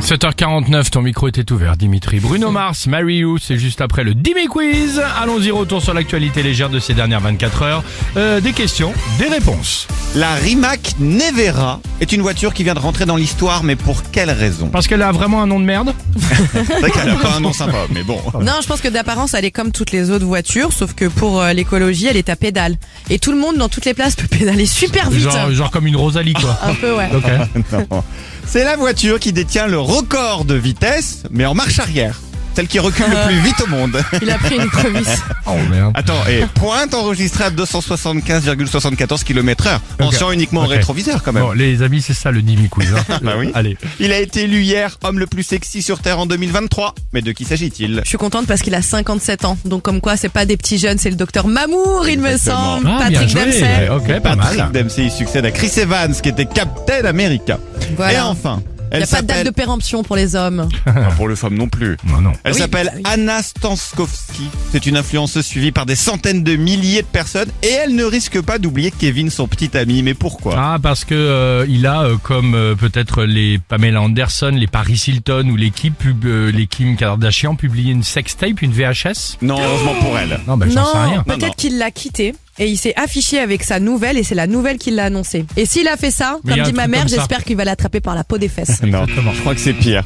7h49, ton micro était ouvert, Dimitri. Bruno Mars, Mary You, c'est juste après le Dimi Quiz. Allons-y, retour sur l'actualité légère de ces dernières 24 heures. Euh, des questions, des réponses. La Rimac Nevera est une voiture qui vient de rentrer dans l'histoire, mais pour quelle raison Parce qu'elle a vraiment un nom de merde. C'est vrai qu'elle a pas un nom sympa, mais bon. Non, je pense que d'apparence, elle est comme toutes les autres voitures, sauf que pour euh, l'écologie, elle est à pédale. Et tout le monde dans toutes les places peut pédaler super Ah, vite. Ah, Genre, euh, genre comme une Rosalie, quoi. Un peu, ouais. Ok. Non. C'est la voiture qui détient le record de vitesse, mais en marche arrière. Celle qui recule le plus vite au monde. Il a pris une crevice. Oh merde. Attends, et pointe enregistrée à 275,74 km heure. En Ok. sciant uniquement Ok. au rétroviseur quand même. Bon, les amis, c'est ça le Dimi Quiz. hein. Bah oui. Allez. Il a été élu hier homme le plus sexy sur Terre en 2023. Mais de qui s'agit-il Je suis contente parce qu'il a 57 ans. Donc comme quoi, c'est pas des petits jeunes, c'est le docteur Mamour, il me Exactement. semble. Ah, bien Patrick joué. Dempsey. Ouais, Ok, pas Patrick mal. Dempsey succède à Chris Evans qui était Captain America. Voilà. Et enfin, Il elle n'y a pas de date s'appelle- de péremption pour les hommes. Ah, pour le femme non plus. Non, non. Elle Oui, s'appelle bah oui. Anna Stankowski. C'est une influenceuse suivie par des centaines de milliers de personnes et elle ne risque pas d'oublier Kevin, son petit ami. Mais pourquoi Ah parce que euh, il a euh, comme euh, peut-être les Pamela Anderson, les Paris Hilton ou l'équipe pub euh, les Kim Kardashian publié une sextape, une VHS. Non, heureusement pour elle. Non, bah j'en sais non, rien. Non, non. peut-être qu'il l'a quitté. Et il s'est affiché avec sa nouvelle et c'est la nouvelle qu'il l'a annoncée. Et s'il a fait ça, Mais il y comme a un dit ma truc mère, comme ça. j'espère qu'il va l'attraper par la peau des fesses. Non, Exactement. je crois que c'est pire.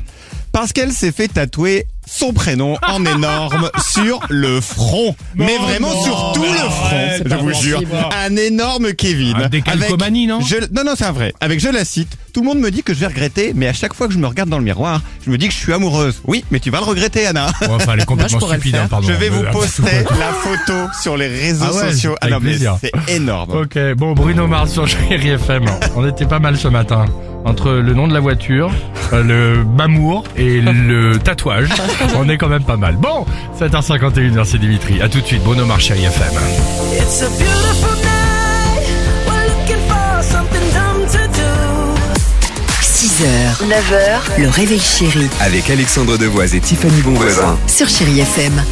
Parce qu'elle s'est fait tatouer son prénom en énorme sur le front. mais vraiment non, sur tout mais le front, arrête, je vous jure. Un énorme Kevin. Un décalcomanie, non je, Non, non, c'est un vrai. Avec, je la cite, tout le monde me dit que je vais regretter, mais à chaque fois que je me regarde dans le miroir, je me dis que je suis amoureuse. Oui, mais tu vas le regretter, Anna. Ouais, enfin, elle est complètement Moi, je pourrais le stupide, hein, faire. pardon. Je Mais, vais vous euh, poster la photo sur les réseaux Ah ouais, sociaux. Ah avec non, mais plaisir. c'est énorme. Ok, bon, Bruno Mars sur Chéri FM. On était pas mal ce matin. Entre le nom de la voiture, euh, le mamour et le tatouage, on est quand même pas mal. Bon, 7h51, c'est Dimitri. À tout de suite, Bruno Mars, Chéri FM. It's a beautiful night. We're looking for something dumb to do. 6h, 9h, le réveil chéri Avec Alexandre Devoise et Tiffany Bonvoisin. sur Chérie FM.